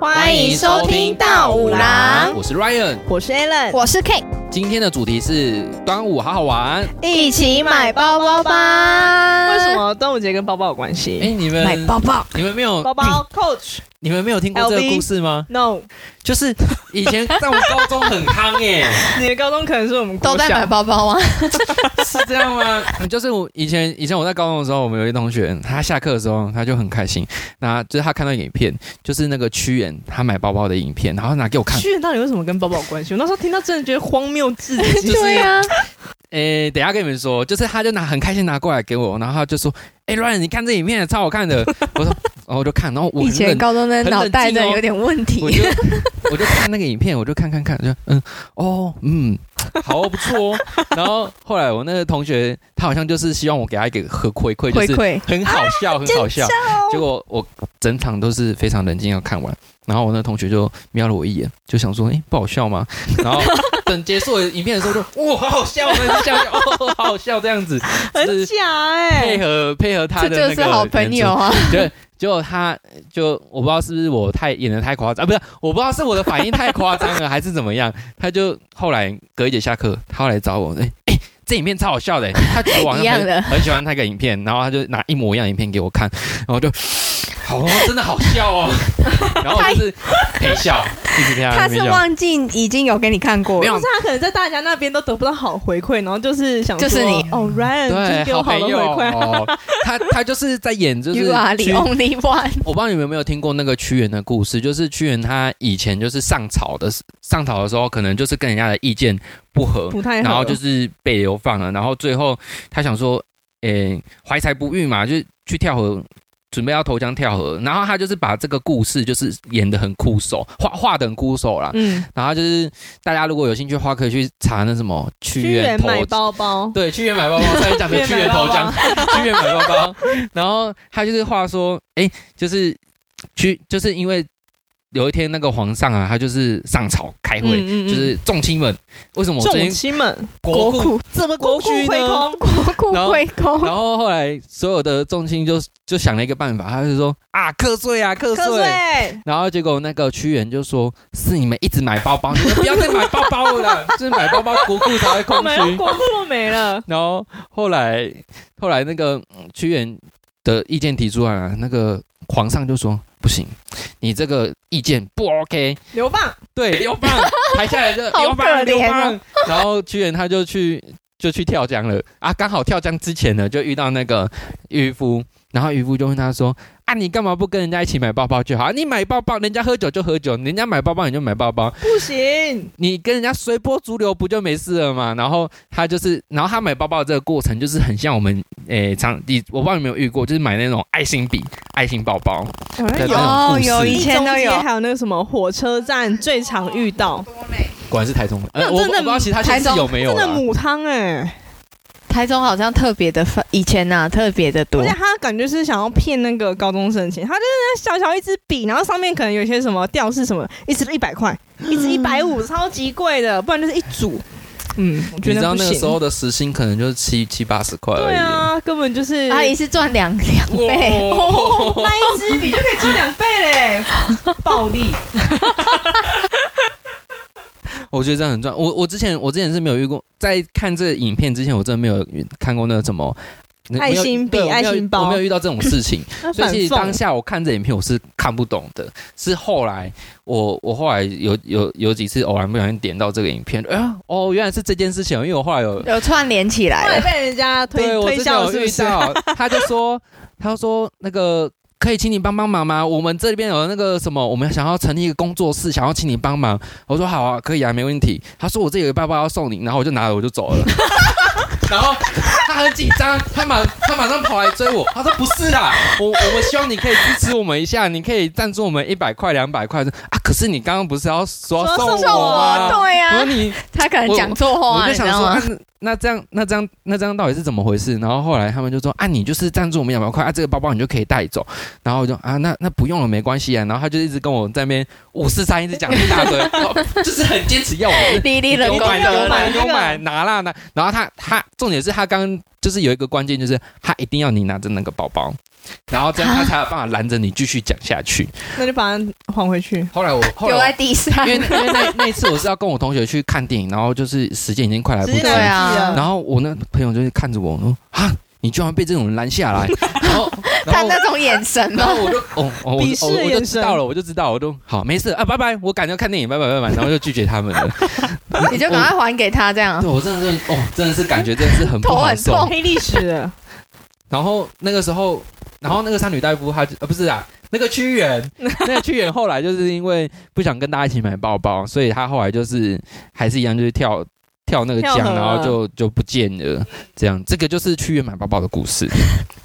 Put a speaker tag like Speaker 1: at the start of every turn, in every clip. Speaker 1: 欢迎收听到五郎
Speaker 2: 我是 Ryan，
Speaker 3: 我是 Alan，
Speaker 1: 我是 K，
Speaker 2: 今天的主题是端午好好玩。
Speaker 1: 一起买包包吧。
Speaker 3: 为什？么端午节跟包包有关系？
Speaker 2: 哎、你们
Speaker 1: 买包包？
Speaker 2: 你们没有
Speaker 3: 包包 Coach
Speaker 2: 你们没有听过这个
Speaker 3: LV
Speaker 2: 故事吗？
Speaker 3: No，
Speaker 2: 就是以前在我们高中很 夯耶、
Speaker 3: 你的高中可能是我们国
Speaker 1: 都在
Speaker 3: 小
Speaker 1: 买包包啊吗？
Speaker 2: 是这样吗？嗯就是我以前以前我在高中的时候，我们有一同学，他下课的时候他就很开心，那就是他看到影片，就是那个屈原他买包包的影片，然后拿 给我看。
Speaker 3: 去到底为什么跟包包有关系？我那时候听到真的觉得荒谬至极。
Speaker 2: 就是
Speaker 1: 对啊，
Speaker 2: 诶、哎等一下跟你们说，就是他就拿很开心拿过来给我，然后他就说：“诶 r y a n 你看这影片超好看的。”我说：“然后我就看，然后我
Speaker 1: 以
Speaker 2: 很
Speaker 1: 前
Speaker 2: 冷
Speaker 1: 高中的脑袋真的有点问
Speaker 2: 哦我
Speaker 1: 题。
Speaker 2: 就 我就看那个影片，我就看看看，就嗯哦嗯，好哦不错哦。然后后来我那个同学，他好像就是希望我给他一个回回馈，就
Speaker 1: 回
Speaker 2: 是
Speaker 1: 馈啊
Speaker 2: 很好笑，很好笑。
Speaker 1: 哦
Speaker 2: 结果我整场都是非常冷静要看完，然后我那同学就瞄了我一眼，就想说：“哎、不好笑吗？”然后等结束影片的时候就，哇，好好笑，很笑，哦，好好笑，这样子
Speaker 3: 很假哎、
Speaker 2: 配合配合他
Speaker 1: 这
Speaker 2: 的那
Speaker 1: 就
Speaker 2: 个
Speaker 1: 是好朋
Speaker 2: 演出
Speaker 1: 友啊！
Speaker 2: 对，结果他就我不知道是不是我太演的太夸张啊，不是，我不知道是我的反应太夸张了，还是怎么样。他就后来隔一节下课，他后来找我，哎、哎这影片超好笑的、他觉得我好像
Speaker 1: 一样的
Speaker 2: 很很喜欢那个影片，然后他就拿一模一样的影片给我看，然后我就好、哦，真的好笑 哦，然后我就是陪笑，一直陪他
Speaker 1: 他
Speaker 2: 陪
Speaker 1: 是
Speaker 2: 笑。
Speaker 1: 忘记已经有给你看过
Speaker 2: 没有
Speaker 1: 了，
Speaker 3: 就是他可能在大家那边都得不到好回馈，然后就是想说
Speaker 1: 就是你
Speaker 3: 哦，Ryan 就是
Speaker 2: 对，
Speaker 3: 给我好
Speaker 2: 好朋
Speaker 3: 的回
Speaker 2: 友
Speaker 3: 馈，
Speaker 2: 哦，他他就是在演，就是
Speaker 1: ，You are the
Speaker 2: 去
Speaker 1: only one。
Speaker 2: 我不知道你们有没有听过那个屈原的故事，就是屈原他以前就是上朝的时上朝的时候，可能就是跟人家的意见不合，
Speaker 3: 不太好。
Speaker 2: 然后就是被流放了，然后最后他想说，诶、怀才不遇嘛，就去跳河，准备要投江跳河，然后他就是把这个故事就是演的很酷手，画画的很酷手啦。
Speaker 3: 嗯，
Speaker 2: 然后就是大家如果有兴趣的话，可以去查那什么屈
Speaker 3: 屈
Speaker 2: 原
Speaker 3: 原
Speaker 2: 投
Speaker 3: 买包包，
Speaker 2: 对，屈原买包包，上面讲的屈原投江，屈原买包 包。然后他就是话说，哎、就是屈，就是因为有一天那个皇上啊，他就是上朝开会，
Speaker 3: 嗯嗯嗯
Speaker 2: 就是众卿们，为什么我昨
Speaker 3: 众
Speaker 2: 天
Speaker 3: 亲们，
Speaker 2: 国库？
Speaker 3: 怎么国库
Speaker 2: 国库
Speaker 3: 回
Speaker 2: 呢
Speaker 3: 空？
Speaker 1: 国库
Speaker 2: 然后
Speaker 1: 会空，
Speaker 2: 然后后来所有的众卿就就想了一个办法，他就说啊，课税啊，课税。
Speaker 3: 瞌睡，
Speaker 2: 然后结果那个屈原就说：“是你们一直买包包，你们不要再买包包了， 就是买包包国库才会 空
Speaker 3: 没
Speaker 2: 虚。”
Speaker 3: 有国库都没了。
Speaker 2: 然后后来后来那个嗯屈原的意见提出来了，那个皇上就说不行，你这个意见不 OK，
Speaker 3: 流放，
Speaker 2: 对，流放，台下来就
Speaker 1: 好
Speaker 2: 流
Speaker 1: 可
Speaker 2: 放流
Speaker 1: 怜哦
Speaker 2: 放，然后屈原他就去就去跳江了啊，刚好跳江之前呢就遇到那个渔夫，然后渔夫就问他说。啊，你干嘛不跟人家一起买包包就好？啊你买包包，人家喝酒就喝酒，人家买包包你就买包包。
Speaker 3: 不行，
Speaker 2: 你跟人家随波逐流不就没事了吗？然后他就是，然后他买包包的这个过程就是很像我们诶常你我不知道你有没有遇过，就是买那种爱心笔、爱心包包，对
Speaker 3: 有
Speaker 2: 有
Speaker 1: 哦，
Speaker 2: 故事
Speaker 1: 有以前都有
Speaker 3: 中间还有那个什么火车站最常遇到，
Speaker 2: 果然是台中人。呃，
Speaker 3: 那
Speaker 2: 我我
Speaker 3: 真
Speaker 2: 不
Speaker 3: 的
Speaker 2: 知道其他县
Speaker 1: 台
Speaker 2: 市
Speaker 1: 中
Speaker 2: 有没有
Speaker 3: 真的
Speaker 2: 啦。
Speaker 3: 母汤哎，
Speaker 1: 台中好像特别的发，以前呐特别的多
Speaker 2: 啊
Speaker 3: 而且。他感觉是想要骗那个高中生钱，他就是那小小一支笔，然后上面可能有一些什么吊饰什么，一支一百 块，一支一百五，超级贵的，不然就是一组。嗯，我
Speaker 2: 你
Speaker 3: 觉
Speaker 2: 知
Speaker 3: 得
Speaker 2: 道
Speaker 3: 不
Speaker 2: 那个时候呃
Speaker 3: 行。
Speaker 2: 的时薪可能就是七七八十块而
Speaker 3: 对
Speaker 2: 已。
Speaker 3: 啊，根本就是哦
Speaker 1: 阿姨是赚两两
Speaker 2: 哦啊
Speaker 1: 倍，
Speaker 2: 哇
Speaker 3: 那一支笔就可以出两倍嘞，暴利。
Speaker 2: 我觉得这样很赚。我我之前我之前是没有遇过，在看这个影片之前，我真的没有看过那个什么没有
Speaker 3: 爱心笔
Speaker 2: 对我没有
Speaker 3: 爱心包
Speaker 2: 我没有遇到这种事情。
Speaker 3: 那
Speaker 2: 所以
Speaker 3: 反
Speaker 2: 其实当
Speaker 3: 讽，
Speaker 2: 下我看这影片我是看不懂的，是后来我我后来有有有几次偶然不小心点到这个影片，哎呀哦原来是这件事情，因为我后来有
Speaker 1: 有串联起来
Speaker 3: 后来
Speaker 1: 了。
Speaker 3: 被人家推
Speaker 2: 对我
Speaker 3: 推
Speaker 2: 之前
Speaker 3: 销
Speaker 2: 有
Speaker 3: 是不
Speaker 2: 遇
Speaker 3: 是？
Speaker 2: 到， 他就说他就说那个。可以请你帮帮忙吗？我们这边有那个什么，我们想要成立一个工作室，想要请你帮忙。我说好啊，可以啊，没问题。他说我这里有个包包要送你，然后我就拿了我就走了。然后他很紧张，他马他马上跑来追我，他说不是啦，我我们希望你可以支持我们一下，你可以赞助我们一百块两百块。啊，可是你刚刚不是要说要
Speaker 3: 说
Speaker 2: 送
Speaker 3: 送啊
Speaker 2: 我吗？
Speaker 1: 对啊
Speaker 2: 我说
Speaker 1: 呀，
Speaker 2: 你
Speaker 1: 他可能
Speaker 2: 我
Speaker 1: 讲错话，
Speaker 2: 我
Speaker 1: 哦你
Speaker 2: 就
Speaker 1: 知
Speaker 2: 想
Speaker 1: 道
Speaker 2: 说，
Speaker 1: 吗
Speaker 2: 啊？那这样，那这样，那这样到底是怎么回事？然后后来他们就说，啊，你就是赞助我们两百块，啊，这个包包你就可以带走。然后我就啊，那那不用了，没关系啊。然后他就一直跟我在那边五四三一直讲一 哦大堆，然后就是很坚持要我。
Speaker 1: 莉莉的
Speaker 2: 给
Speaker 1: 功
Speaker 2: 我买，给
Speaker 1: 德
Speaker 2: 我
Speaker 1: 了
Speaker 2: 买，给我买，拿啦拿。然后他他他重点是他刚刚就是有一个关键，就是他一定要你拿着那个包包，然后这样
Speaker 1: 啊
Speaker 2: 他才有办法拦着你继续讲下去。
Speaker 3: 那就把它还回去。
Speaker 2: 后来我后
Speaker 1: 丢在
Speaker 2: 来
Speaker 1: 地上
Speaker 2: 我。因为因为那那一次我是要跟我同学去看电影，然后就是时间已经快来不
Speaker 3: 直接
Speaker 2: 及
Speaker 1: 对
Speaker 2: 了
Speaker 3: 来，
Speaker 1: 啊
Speaker 2: 然后我那朋友就是看着我说啊，你居然被这种人拦下 来，然后然
Speaker 1: 他
Speaker 2: 后
Speaker 1: 那种眼神
Speaker 2: 然
Speaker 1: 吗？
Speaker 2: 后我就哦哦，我
Speaker 3: 鄙视
Speaker 2: 我
Speaker 3: 的
Speaker 2: 我就
Speaker 3: 眼
Speaker 2: 知
Speaker 3: 神
Speaker 2: 道了，我就知道，我都好没事啊，拜拜，我赶着看电影，拜拜拜拜，然后就拒绝他们了。
Speaker 1: 你就赶快还给他这样
Speaker 2: 对，。我真的是哦，真的是感觉真的是很不
Speaker 1: 头
Speaker 2: 好
Speaker 1: 很
Speaker 2: 受。
Speaker 1: 痛
Speaker 3: 黑历 史了，
Speaker 2: 然后那个时候，然后那个三女大夫她就呃不是啊，那个屈 原，那个屈原后来就是因为不想跟大家一起买包包，所以他后来就是还是一样就是跳跳那个江
Speaker 3: 跳，河啊
Speaker 2: 然后就就不见了。这样，这个就是屈原买包包的故事。哎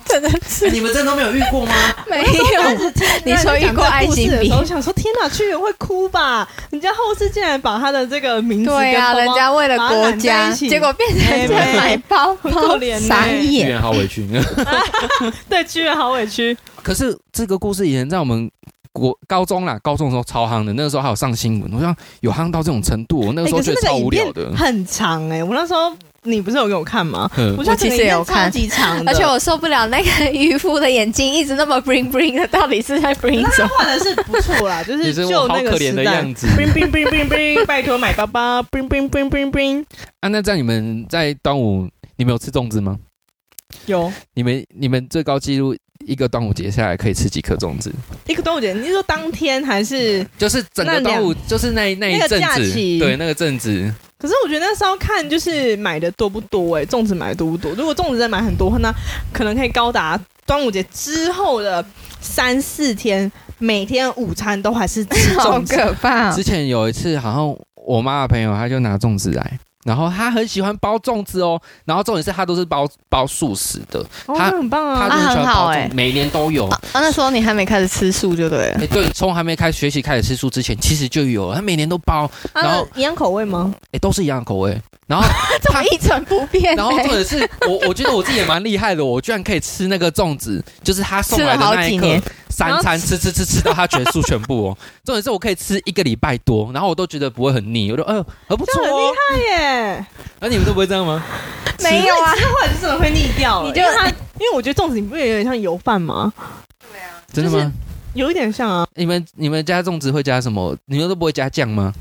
Speaker 1: 真的是
Speaker 2: 你们真的都没有遇 过吗？
Speaker 1: 没有，你说遇过爱心笔
Speaker 3: 的时候，我想说天哪，屈原会哭吧？人家后世竟然把他的这个名字
Speaker 1: 对
Speaker 3: 跟
Speaker 1: 啊，
Speaker 3: 包包
Speaker 1: 人家为了国
Speaker 3: 把它
Speaker 1: 家，
Speaker 3: 揽在一起
Speaker 1: 结果变成在买包
Speaker 3: 妹妹很
Speaker 1: 包
Speaker 3: 可怜，呢
Speaker 1: 傻
Speaker 2: 屈
Speaker 1: 眼。
Speaker 2: 原好委屈。
Speaker 3: 对屈原好委屈，
Speaker 2: 可是这个故事以前在我们国高中啦，高中的时候超夯的，那个时候还有上新闻，好像有夯到这种程度，我那个
Speaker 3: 哎
Speaker 2: 时候
Speaker 3: 可
Speaker 2: 觉
Speaker 3: 是
Speaker 2: 得
Speaker 3: 那
Speaker 2: 超
Speaker 3: 个影
Speaker 2: 无聊
Speaker 3: 片
Speaker 2: 的。
Speaker 3: 很长哎，我那时候你不是有给我看吗？
Speaker 2: 嗯，
Speaker 3: 觉得
Speaker 1: 我其
Speaker 3: 这个影
Speaker 1: 实
Speaker 3: 片
Speaker 1: 也有看
Speaker 3: 超级长的，
Speaker 1: 而且我受不了那个渔夫的眼睛一直那么 bling bling 的，到底是在 bling 什
Speaker 3: 那
Speaker 1: 么？
Speaker 3: 画的是不错 啦，就是
Speaker 2: 也是
Speaker 3: 就
Speaker 2: 我好
Speaker 3: 那
Speaker 2: 可
Speaker 3: 个
Speaker 2: 怜
Speaker 3: 时
Speaker 2: 的
Speaker 3: 代
Speaker 2: 样。子。
Speaker 3: 冰冰冰冰冰，拜托买包包，冰冰冰冰冰。
Speaker 2: 啊，那在你们在端午，你们有吃粽子吗？
Speaker 3: 有
Speaker 2: 你们你们最高纪录一个端午节下来可以吃几颗粽子？
Speaker 3: 一个端午节，你是说当天还是？
Speaker 2: 就是整
Speaker 3: 那
Speaker 2: 个
Speaker 3: 两
Speaker 2: 端午，就是那那一
Speaker 3: 那个
Speaker 2: 阵
Speaker 3: 假
Speaker 2: 子，
Speaker 3: 期
Speaker 2: 对那个阵子，
Speaker 3: 可是我觉得那时候看就是买的多不多哎、粽子买的多不多？如果粽子再买很多，那可能可以高达端午节之后的三四天，每天午餐都还是吃
Speaker 1: 好
Speaker 3: 粽 子。
Speaker 1: 可怕
Speaker 2: 之！前有一次，好像我妈的朋友，她就拿粽子来，然后她很喜欢包粽子哦，然后重点是她都是包包素食的，
Speaker 3: 哦，
Speaker 2: 他
Speaker 3: 那很棒
Speaker 2: 她
Speaker 3: 啊！
Speaker 2: 都很喜欢
Speaker 1: 啊很好
Speaker 2: 包粽
Speaker 1: 哎
Speaker 2: 子，每年都有。
Speaker 1: 啊，那时候你还没开始吃素就对了
Speaker 2: 哎，。对，从我还没开学习开始吃素之前，其实就有了，她每年都包，
Speaker 3: 啊
Speaker 2: 然后
Speaker 3: 那一样口味吗？
Speaker 2: 哎，都是一样的口味，然后
Speaker 1: 怎
Speaker 2: 她
Speaker 1: 么一成不变 呢
Speaker 2: 然？后重点是我，我觉得我自己也蛮厉害的，我居然可以吃那个粽子，就是他送来的那一
Speaker 1: 吃了好几
Speaker 2: 刻
Speaker 1: 年，
Speaker 2: 三餐吃吃吃吃到他全素全部哦。重点是我可以吃一个礼拜多，然后我都觉得不会很腻，我就呃很不错
Speaker 3: 这样很
Speaker 2: 哦
Speaker 3: 厉。害耶！
Speaker 2: 那、你们都不会这样吗？
Speaker 1: 没有啊，
Speaker 3: 后来就真的会腻掉了，欸
Speaker 1: 你就
Speaker 3: 因为它因为我觉得粽子你不也有点像油饭吗？
Speaker 2: 真的吗？
Speaker 3: 就是有一点像啊，
Speaker 2: 你们你们加粽子会加什么？你们都不会加酱吗？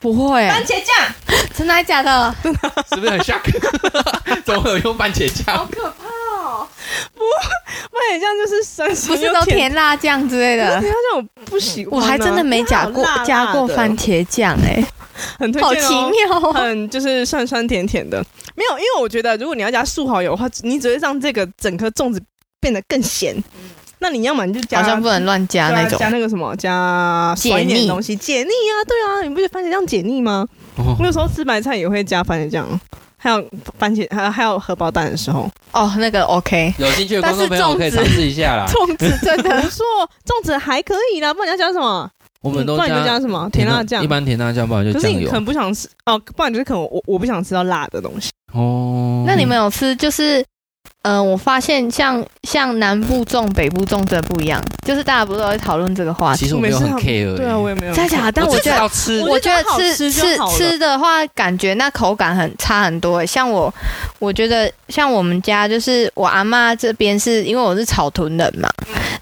Speaker 1: 不会，
Speaker 3: 番茄酱，
Speaker 1: 真的还假的？
Speaker 2: 是不是很 shock？怎么会有用番茄酱？
Speaker 1: 可怕！
Speaker 3: 哦番茄酱就是酸
Speaker 1: 不
Speaker 3: 酸
Speaker 1: 是
Speaker 3: 又
Speaker 1: 都
Speaker 3: 甜
Speaker 1: 甜辣酱之类
Speaker 3: 可是
Speaker 1: 的
Speaker 3: 等一？下这种不喜欢啊、
Speaker 1: 我还真的没加过
Speaker 3: 辣辣的
Speaker 1: 加过番，茄酱哎，
Speaker 3: 很推
Speaker 1: 好
Speaker 3: 荐、哦、
Speaker 1: 奇妙哦！
Speaker 3: 很就是酸酸甜甜的。没有，因为我觉得如果你要加素蚝油的话，你只会让这个整颗粽子变得更咸。那你要么你就加，
Speaker 1: 好像不能乱加
Speaker 3: 对啊
Speaker 1: 那种
Speaker 3: 加。那个什么，加酸一点
Speaker 1: 解
Speaker 3: 的
Speaker 1: 腻
Speaker 3: 东西解腻啊，对啊，你不觉得番茄酱解腻吗？
Speaker 2: 哦
Speaker 3: 那时候吃白菜也会加番茄酱，还有番茄，还有还有荷包蛋的时候，
Speaker 1: 哦，那个 OK，
Speaker 2: 有兴趣的观众朋友
Speaker 1: 但是粽子
Speaker 2: 可以尝试一 下啦。
Speaker 1: 粽子真
Speaker 3: 不
Speaker 1: 的
Speaker 3: 错，粽子还可以啦。不然你要加什么？
Speaker 2: 我们都
Speaker 3: 不然你就
Speaker 2: 加
Speaker 3: 加什么甜辣酱
Speaker 2: 一。般甜辣酱，不然就
Speaker 3: 可是
Speaker 2: 酱
Speaker 3: 你
Speaker 2: 油
Speaker 3: 可。能不想吃哦，不然就是可能我我不想吃到辣的东西。
Speaker 2: 哦，
Speaker 1: 那你们有吃就是？嗯，我发现像像南部粽、北部粽真的不一样，就是大家不是都会讨论这个话
Speaker 2: 其
Speaker 1: 题，
Speaker 2: 实我没有很
Speaker 3: 我每次
Speaker 2: care，、欸、
Speaker 3: 对啊，我也没有。
Speaker 1: 真的假的？但我
Speaker 2: 只
Speaker 1: 觉
Speaker 2: 知
Speaker 1: 得
Speaker 2: 道吃
Speaker 3: 我
Speaker 1: 觉
Speaker 3: 觉
Speaker 1: 得
Speaker 3: 得好
Speaker 1: 吃
Speaker 3: 吃就
Speaker 1: 吃
Speaker 3: 好了
Speaker 1: 吃的话，感觉那口感很差很多欸。像我，我觉得像我们家就是我阿妈这边是因为我是草屯人嘛，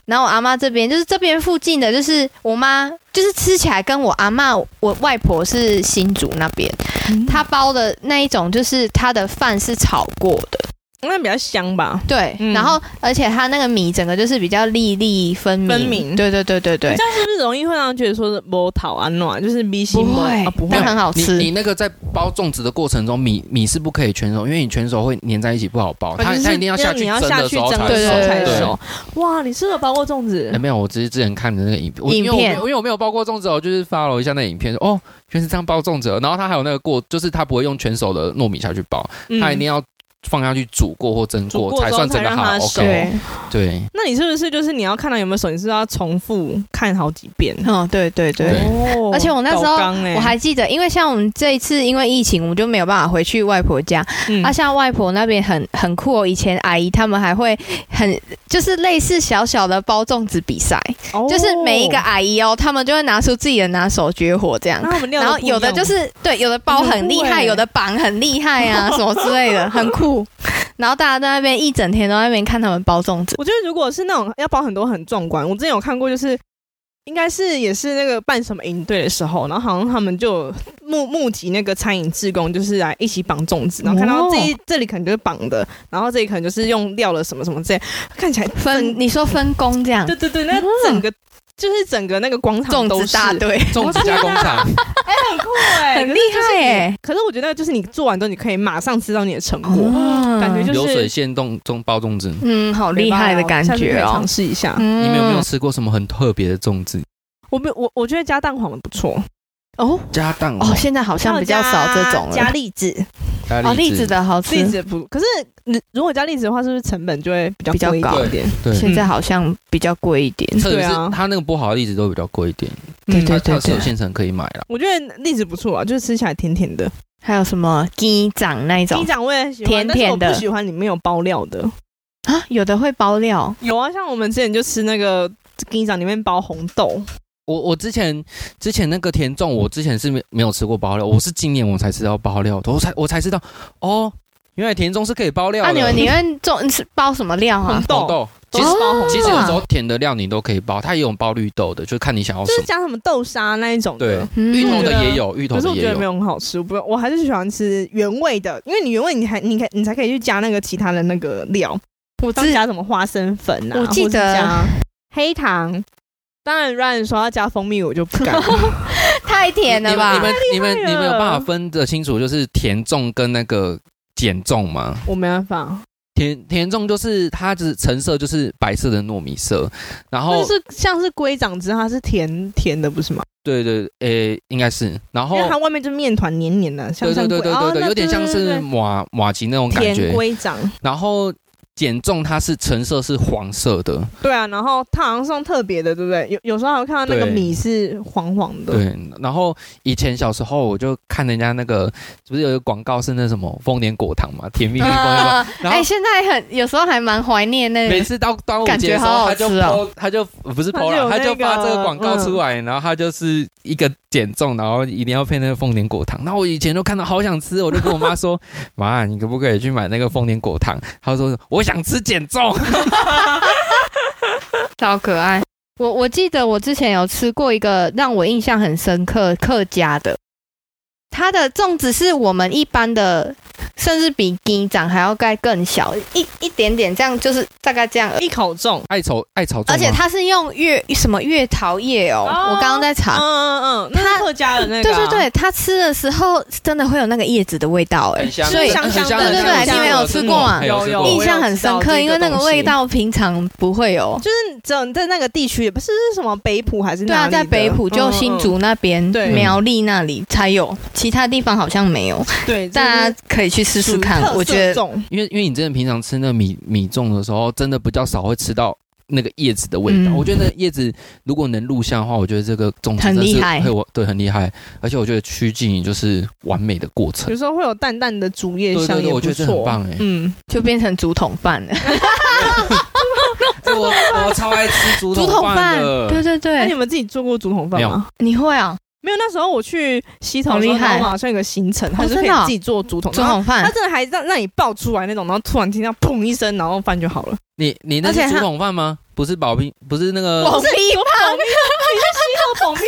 Speaker 1: 然后我阿妈这边就是这边附近的，就是我妈就是吃起来跟我阿妈我外婆是新竹那边，
Speaker 3: 嗯
Speaker 1: 她包的那一种就是她的饭是炒过的，
Speaker 3: 那比较香吧？
Speaker 1: 对，
Speaker 3: 嗯
Speaker 1: 然后而且它那个米整个就是比较粒粒分明，
Speaker 3: 分明
Speaker 1: 对对对对对
Speaker 3: 这，样是不是容易会让人觉得说是啊波讨安暖，就是米心
Speaker 1: 不会
Speaker 3: 啊、不会
Speaker 1: 但很好吃
Speaker 2: 你你那个在包粽子的过程中，米米是不可以全熟，因为你全熟会粘在一起，不好包。它
Speaker 3: 就是
Speaker 2: 它一定要下去
Speaker 3: 你要
Speaker 2: 蒸
Speaker 3: 下
Speaker 2: 的
Speaker 3: 去
Speaker 2: 时候
Speaker 3: 蒸
Speaker 2: 才
Speaker 3: 的
Speaker 1: 时候
Speaker 2: 熟
Speaker 1: 才
Speaker 2: 对
Speaker 1: 熟。
Speaker 3: 哇，你是有包过粽子
Speaker 2: 哎，？没有，我只是之前看的那个影片，我因为我
Speaker 1: 影片
Speaker 2: 没有因为我没有包过粽子哦，我就是发了一下那影片，说哦，原来是这样包粽子哦。然后它还有那个过，就是它不会用全熟的糯米下去包，它一定要放下去煮过或蒸
Speaker 3: 嗯煮
Speaker 2: 过
Speaker 3: 过
Speaker 2: 才
Speaker 3: 之后
Speaker 2: 算
Speaker 3: 才
Speaker 2: 真的
Speaker 3: 让它
Speaker 2: 好。
Speaker 3: 熟
Speaker 2: OK，
Speaker 1: 对，
Speaker 2: 对，
Speaker 3: 那你是不是就是你要看到有没有熟，你是不是要重复看好几遍？
Speaker 1: 嗯，对对对。
Speaker 2: 对
Speaker 3: 哦
Speaker 1: 而且我那时候
Speaker 3: 搞纲欸
Speaker 1: 我还记得，因为像我们这一次因为疫情，我们就没有办法回去外婆家。
Speaker 3: 嗯
Speaker 1: 啊，像外婆那边很很酷哦，以前阿姨他们还会很就是类似小小的包粽子比赛，
Speaker 3: 哦
Speaker 1: 就是每一个阿姨哦，他们就会拿出自己的拿手绝活这样。
Speaker 3: 那我们料
Speaker 1: 然后
Speaker 3: 不一
Speaker 1: 有的
Speaker 3: 样
Speaker 1: 就是对，有的包很厉
Speaker 3: 很酷
Speaker 1: 害，
Speaker 3: 欸
Speaker 1: 有的绑很厉害 啊，什么之类的，很酷。 然后大家在那边一整天都在那边看他们包粽子，
Speaker 3: 我觉得如果是那种要包很多很壮观，我之前有看过，就是应该是也是那个办什么营队的时候，然后好像他们就募募集那个餐饮志工，就是来一起绑粽子，然后看到这一、
Speaker 1: 哦
Speaker 3: 这里可能就是绑的，然后这里可能就是用料了什么什么之类，看起来
Speaker 1: 分你说分工这样
Speaker 3: 对，对对，那整个、就是整个那个广场都
Speaker 1: 粽
Speaker 3: 是哎
Speaker 1: 子大 队，
Speaker 2: 粽子加工厂，
Speaker 3: 对，
Speaker 1: 很厉害欸
Speaker 3: 可是我觉得就是你做完之后，你可以马上知道你的成果，
Speaker 1: 哦
Speaker 3: 感觉就是
Speaker 2: 流水线冻粽包粽子。
Speaker 1: 嗯，好厉害的感
Speaker 3: 下次可
Speaker 1: 觉
Speaker 3: 以
Speaker 1: 哦
Speaker 3: 尝。试一下。
Speaker 1: 嗯
Speaker 2: 你们有没有吃过什么很特别的粽子？
Speaker 3: 我不我我觉得加蛋黄不错哦，
Speaker 2: 加蛋
Speaker 1: 哦，
Speaker 2: 黄、
Speaker 1: 现在好像比较少这种
Speaker 3: 加
Speaker 1: 了。
Speaker 3: 栗 子，
Speaker 2: 加
Speaker 1: 哦，栗子，的好
Speaker 3: 栗
Speaker 1: 吃，
Speaker 3: 子不，可是你如果加栗子的话，是不是成本就会比较
Speaker 1: 比较
Speaker 3: 贵一
Speaker 1: 高
Speaker 3: 点？
Speaker 2: 对，
Speaker 1: 现在好像比较贵一点。
Speaker 2: 特别是
Speaker 3: 对啊
Speaker 2: 它那个剥好的栗子都比较贵一点，
Speaker 1: 对
Speaker 2: 它
Speaker 1: 对对
Speaker 2: 它是有
Speaker 1: 对。
Speaker 2: 现成可以买啦。
Speaker 3: 我觉得栗子不错啊，就是吃起来甜甜的。
Speaker 1: 还有什么鸡掌那一
Speaker 3: 鸡
Speaker 1: 种
Speaker 3: 掌我也喜欢，
Speaker 1: 甜甜的
Speaker 3: 但是我不喜欢里面有包料的。
Speaker 1: 啊？有的会包料，
Speaker 3: 有啊，像我们之前就吃那个鸡掌里面包红豆，
Speaker 2: 我我之前之前那个甜粽，我之前是没没有吃过包料，我是今年我才知道包料的，我才我才知道哦，原来甜粽是可以包料的。
Speaker 1: 啊，你们你们粽是包什么料
Speaker 3: 红
Speaker 1: 啊？
Speaker 2: 红
Speaker 3: 豆啊
Speaker 2: 豆，其实
Speaker 1: 哦
Speaker 2: 其实有时候甜的料你都可以包，它也有包绿豆的，就看你想要
Speaker 3: 就
Speaker 2: 什
Speaker 3: 是
Speaker 2: 么。
Speaker 3: 加什么豆沙那一种的
Speaker 2: 对。，
Speaker 1: 嗯
Speaker 2: 芋头的也有，芋头
Speaker 3: 可是
Speaker 2: 的
Speaker 3: 我觉
Speaker 2: 也
Speaker 3: 得没
Speaker 2: 有。
Speaker 3: 有很好吃，我不，我还是喜欢吃原味的，因为你原味你还你可你才可以去加那个其他的那个料，
Speaker 1: 我
Speaker 3: 当
Speaker 1: 之
Speaker 3: 加什么花生粉啊，
Speaker 1: 我记
Speaker 3: 或是
Speaker 1: 得
Speaker 3: 加黑糖。当然，Ryan 说要加蜂蜜，我就不敢。
Speaker 1: 太甜
Speaker 2: 你
Speaker 1: 了
Speaker 2: 们
Speaker 1: 吧
Speaker 2: 你？们你们
Speaker 3: 太厉害了
Speaker 2: 你们有办法分得清楚，就是甜粽跟那个碱粽吗？
Speaker 3: 我没办法，
Speaker 2: 甜甜粽就是它的成色就是白色的糯米色，
Speaker 3: 那
Speaker 2: 然后
Speaker 3: 就是像是龟掌汁，它是甜甜的，不是吗？
Speaker 2: 对对诶、应该是，然后
Speaker 3: 因为它外面就面团黏黏的，像
Speaker 2: 对对对对哦对对，有点像是马马吉那种感
Speaker 3: 甜
Speaker 2: 觉。
Speaker 3: 龟掌。
Speaker 2: 然后减重它是成色是黄色的，
Speaker 3: 对啊，然后它好像是用特别的，对不对？有有时候还会看到那个
Speaker 2: 对
Speaker 3: 米是黄黄的，
Speaker 2: 对。然后以前小时候我就看人家那个，不是有一个广告是那什么丰年果糖嘛， 甜蜜蜜丰年果糖。
Speaker 1: 啊，
Speaker 2: 然后
Speaker 1: 哎，现在很有时候还蛮怀念那
Speaker 2: 每
Speaker 1: 个，
Speaker 2: 次到端午
Speaker 1: 哎感
Speaker 2: 节
Speaker 1: 觉
Speaker 2: 的时
Speaker 1: 好
Speaker 2: 候，
Speaker 1: 好
Speaker 2: 他就
Speaker 1: 吃哦
Speaker 2: 抛，他就不是
Speaker 3: 它
Speaker 2: 抛
Speaker 3: 就有
Speaker 2: 了，他就
Speaker 3: 那个
Speaker 2: 发这个广告出来，然后他就是一个减重，然后一定要配那个丰年果糖。那我以前都看到好想吃，我就跟我妈说：“ 妈，你可不可以去买那个丰年果糖？”她说：“我想吃减重。”
Speaker 1: 超可爱。我我记得我之前有吃过一个让我印象很深刻客家的，它的粽子是我们一般的，甚至比鸡掌还要盖更小一一点点，这样就是大概这样而已。
Speaker 3: 一口重。
Speaker 2: 爱炒爱炒粽吗，
Speaker 1: 而且它是用月什么月桃叶哦，
Speaker 3: 哦
Speaker 1: 我刚刚在查。
Speaker 3: 嗯嗯嗯，那
Speaker 1: 它
Speaker 3: 是客家的那个
Speaker 1: 对
Speaker 3: 啊、
Speaker 1: 对对，它吃的时候真的会有那个叶子的味道哎、
Speaker 2: 很香，
Speaker 1: 所以
Speaker 3: 香香的
Speaker 2: 很
Speaker 1: 对对对
Speaker 2: 很香
Speaker 1: 你们有吃过吗
Speaker 2: 有
Speaker 3: 有
Speaker 2: 有
Speaker 3: 有
Speaker 2: 有
Speaker 1: 印
Speaker 2: 有。
Speaker 1: 象很深刻，
Speaker 3: 我
Speaker 1: 因
Speaker 3: 有知道
Speaker 1: 为
Speaker 3: 这个
Speaker 1: 那个味道平常不会有。
Speaker 3: 就是只有在那个地区，不是是什么北浦还是
Speaker 1: 对啊，
Speaker 3: 哪里的
Speaker 1: 在北浦就新、
Speaker 3: 嗯
Speaker 1: 竹那边、
Speaker 3: 对
Speaker 1: 苗栗那里才有，其他地方好像没有。
Speaker 3: 嗯对，
Speaker 1: 大家可以去试试看，我觉得
Speaker 3: 得
Speaker 2: 因为因为你真的平常吃那米米粽的时候，真的比较少会吃到那个叶子的味道。
Speaker 1: 嗯
Speaker 2: 我觉得那叶子如果能录像的话，我觉得这个粽子真的
Speaker 1: 很
Speaker 2: 是
Speaker 1: 厉害
Speaker 2: 会我对很厉害，而且我觉得趋近于就是完美的过程
Speaker 3: 有。时候会有淡淡的竹叶
Speaker 2: 对
Speaker 3: 香，
Speaker 2: 对对，
Speaker 3: 也
Speaker 2: 我
Speaker 3: 不
Speaker 2: 觉
Speaker 3: 错。
Speaker 2: 得这很棒
Speaker 1: 欸
Speaker 2: 哎、
Speaker 3: 嗯，
Speaker 1: 就变成竹筒饭了。
Speaker 2: 我我超爱吃竹
Speaker 1: 竹筒饭，
Speaker 2: 的。
Speaker 1: 对对
Speaker 3: 那你
Speaker 1: 对，
Speaker 3: 们自己做过竹筒饭吗？
Speaker 1: 你会啊？
Speaker 3: 没有，那时候我去西头的时候，
Speaker 1: 好厉
Speaker 3: 然
Speaker 1: 害
Speaker 3: 后我们好像有个行程，它是可
Speaker 1: 真
Speaker 3: 以
Speaker 1: 的哦
Speaker 3: 自己做竹筒，
Speaker 1: 竹
Speaker 3: 然后
Speaker 1: 筒
Speaker 3: 它
Speaker 1: 饭，
Speaker 3: 真的还让让你爆出来那种，然后突然听到砰一声，然后饭就好 了。
Speaker 2: 你你那
Speaker 1: 而且
Speaker 2: 是竹
Speaker 1: 它
Speaker 2: 筒饭吗？不是保平，不是那
Speaker 1: 我
Speaker 3: 哦
Speaker 2: 个。
Speaker 1: 屁胖。
Speaker 3: 西头捧屁，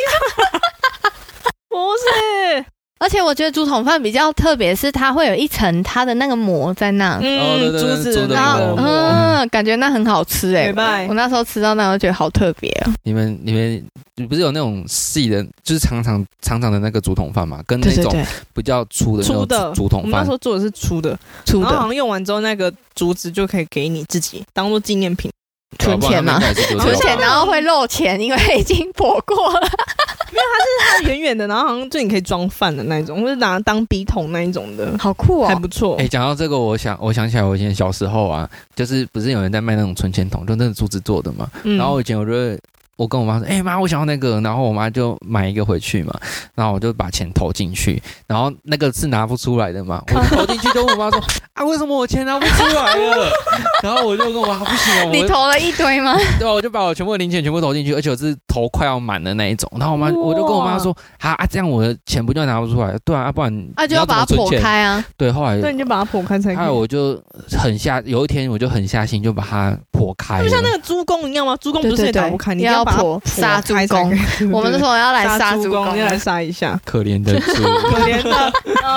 Speaker 3: 不是，
Speaker 1: 而且我觉得竹筒饭比较特别，是它会有一层它的那个膜在那，
Speaker 2: 哦对
Speaker 3: 嗯，
Speaker 2: 对
Speaker 3: 竹
Speaker 2: 对
Speaker 3: 子
Speaker 2: 竹
Speaker 3: 的
Speaker 2: 的
Speaker 1: 然
Speaker 3: 那个
Speaker 2: 膜
Speaker 1: 后
Speaker 3: 膜，
Speaker 1: 嗯，感觉那很好吃哎
Speaker 3: 明。白
Speaker 1: 我那时候吃到那，我就觉得好特别哦。
Speaker 2: 你们你们你不是有那种细的，就是长长长长的那个竹筒饭嘛，跟那
Speaker 1: 对对
Speaker 2: 种
Speaker 1: 对，
Speaker 2: 比较粗的那
Speaker 3: 粗
Speaker 2: 种
Speaker 3: 的
Speaker 2: 竹竹
Speaker 3: 我
Speaker 2: 筒
Speaker 3: 们那
Speaker 2: 饭
Speaker 3: 时。候做的是粗的，
Speaker 1: 粗
Speaker 3: 然后好
Speaker 1: 的
Speaker 3: 像用完之后，那个竹子就可以给你自己当做纪念品。
Speaker 1: 存钱嘛
Speaker 2: 哦嘛，，存
Speaker 1: 存钱啊
Speaker 3: 的
Speaker 1: 然后会漏钱，因为已经破过了。
Speaker 3: 它圆圆的，然后好像就你可以装饭的那一种，或者拿当笔筒那一种的，
Speaker 1: 好酷
Speaker 3: 还
Speaker 1: 哦！
Speaker 3: 不错。
Speaker 2: 哎、讲到这个，我想我想起来，我以前小时候啊，就是不是有人在卖那种存钱筒，就那种竹子做的嘛。
Speaker 3: 嗯
Speaker 2: 然后我以前我就会，我跟我妈说，哎、妈，我想要那个，然后我妈就买一个回去嘛， 然后我就把钱投进去，然后那个是拿不出来 的嘛，我就投进去就问我妈说， 啊，为什么我钱拿不出来了？ 然后我就跟我妈不行，
Speaker 1: 你
Speaker 2: 我
Speaker 1: 投了一堆吗？
Speaker 2: 对啊，我就把我全部的零钱全部投进去，而且我是投快要满的那一种。然后我妈，
Speaker 3: 哇
Speaker 2: 我就跟我妈说，啊啊，这样我的钱不就拿不出来？对啊，啊不然
Speaker 1: 啊，就
Speaker 2: 你
Speaker 1: 要
Speaker 2: 怎
Speaker 1: 把
Speaker 2: 么
Speaker 1: 它
Speaker 2: 存
Speaker 1: 破
Speaker 2: 钱。
Speaker 1: 开啊！
Speaker 2: 对，后来
Speaker 3: 对，你就把它剖开才
Speaker 2: 还
Speaker 3: 可
Speaker 2: 有
Speaker 3: 以。
Speaker 2: 我就狠下，有一天我就狠下心就把它破开
Speaker 3: 就像那
Speaker 2: 了。
Speaker 3: 个猪公一样吗？猪公不
Speaker 1: 对
Speaker 3: 是
Speaker 1: 对
Speaker 3: 也打
Speaker 1: 对
Speaker 3: 不开，，你一定
Speaker 1: 要
Speaker 3: 把它
Speaker 1: 破杀猪
Speaker 3: 开才可
Speaker 1: 公
Speaker 3: 以。，
Speaker 1: 我们那时候要来杀
Speaker 3: 猪嗯
Speaker 1: 猪公，
Speaker 3: 要来杀一下。
Speaker 2: 可怜 的猪，
Speaker 3: 可怜的，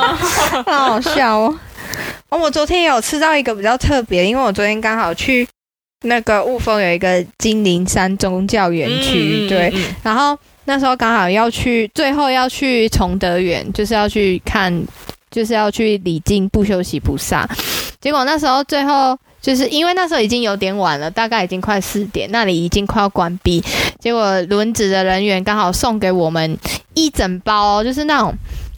Speaker 1: 好好笑哦！哦，我昨天有吃到一个比较特别，因为我昨天刚好去那个雾峰有一个金陵山宗教园区，对，，然后那时候刚好要去，最后要去崇德园，就是要去看，就是要去礼敬不休息菩萨。结果那时候最后就是因为那时候已经有点晚了，大概已经快四点，那里已经快要关闭。结果轮值的人员刚好送给我们一整包、哦，就是那种。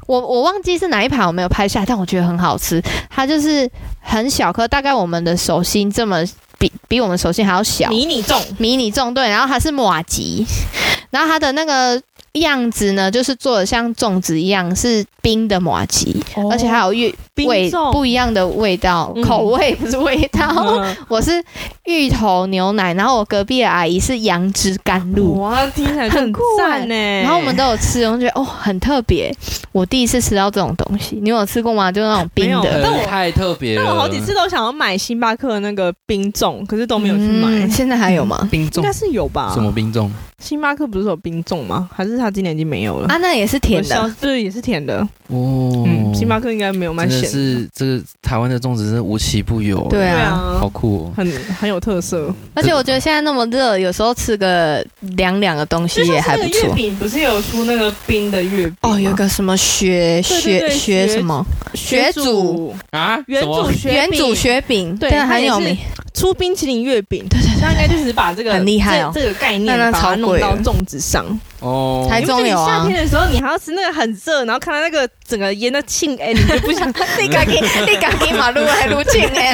Speaker 1: 我我忘记是哪一盘，我没有拍下来，但我觉得很好吃。它就是很小颗，大概我们的手心这么比比我们手心还要小，
Speaker 3: 迷你粽，
Speaker 1: 迷你纵队，然后它是马吉， 然后它的那个样子呢，就是做的像粽子一样，是冰的马吉，而且还有芋
Speaker 3: 哦冰
Speaker 1: 味
Speaker 3: 粽
Speaker 1: 不一样的味道，
Speaker 3: 嗯
Speaker 1: 口味不是味 道。
Speaker 3: 嗯
Speaker 1: 我是芋头牛奶，然后我隔壁的阿姨是杨枝甘露，
Speaker 3: 哇，听起来就
Speaker 1: 很酷欸
Speaker 3: 赞欸呢。
Speaker 1: 然后我们都有吃，我就觉得哦很特别。我第一次吃到这种东西，你有吃过吗？就那种冰
Speaker 3: 没有
Speaker 1: 的，
Speaker 3: 但我
Speaker 2: 太特别了。
Speaker 3: 但我好几次都想要买星巴克的那个冰粽，可是都没有去买，
Speaker 1: 嗯现在还有吗？
Speaker 2: 冰
Speaker 3: 应
Speaker 2: 粽
Speaker 3: 该，是有吧？
Speaker 2: 什么冰粽？
Speaker 3: 星巴克不是有冰粽吗？还是它今年已经没有了？
Speaker 1: 啊，那也是
Speaker 3: 嗯
Speaker 1: 甜
Speaker 3: 我小
Speaker 1: 的。
Speaker 3: 对，也是甜的。
Speaker 2: 哦，
Speaker 3: 嗯，星巴克应该没有卖
Speaker 2: 真的
Speaker 3: 咸的。
Speaker 2: 是这个台湾的粽子真的无奇不有，
Speaker 1: 对
Speaker 3: 对
Speaker 1: 啊，
Speaker 3: 啊
Speaker 2: 好，酷哦。
Speaker 3: 很很有特色。
Speaker 1: 而且我觉得现在那么热，有时候吃个凉凉的东西也还不错。
Speaker 3: 饼不是有出那个冰的月饼
Speaker 1: 哦，有一个什么雪
Speaker 3: 对
Speaker 1: 雪
Speaker 3: 对
Speaker 1: 雪
Speaker 3: 雪
Speaker 1: 什么
Speaker 3: 雪
Speaker 1: 雪煮
Speaker 2: 啊，
Speaker 3: 原
Speaker 2: 什么
Speaker 3: 主雪
Speaker 1: 原主
Speaker 3: 饼
Speaker 1: 雪饼，
Speaker 3: 对
Speaker 1: 这个
Speaker 3: 它
Speaker 1: 很
Speaker 3: 也
Speaker 1: 有
Speaker 3: 是
Speaker 1: 名，
Speaker 3: 出冰淇淋月饼，对对，他应该就是把这个
Speaker 1: 很厉害哦
Speaker 3: 这这个概念
Speaker 1: 那那
Speaker 3: 把它
Speaker 1: 超
Speaker 3: 弄
Speaker 1: 贵
Speaker 3: 到
Speaker 1: 了
Speaker 3: 粽子上。
Speaker 2: 哦，
Speaker 1: 台中有啊
Speaker 3: 因为你夏天的时候，你还要吃那个很热，然后看到那个整个烟的沁， 哎，你就不想
Speaker 1: 你敢给你敢给马路还路径哎，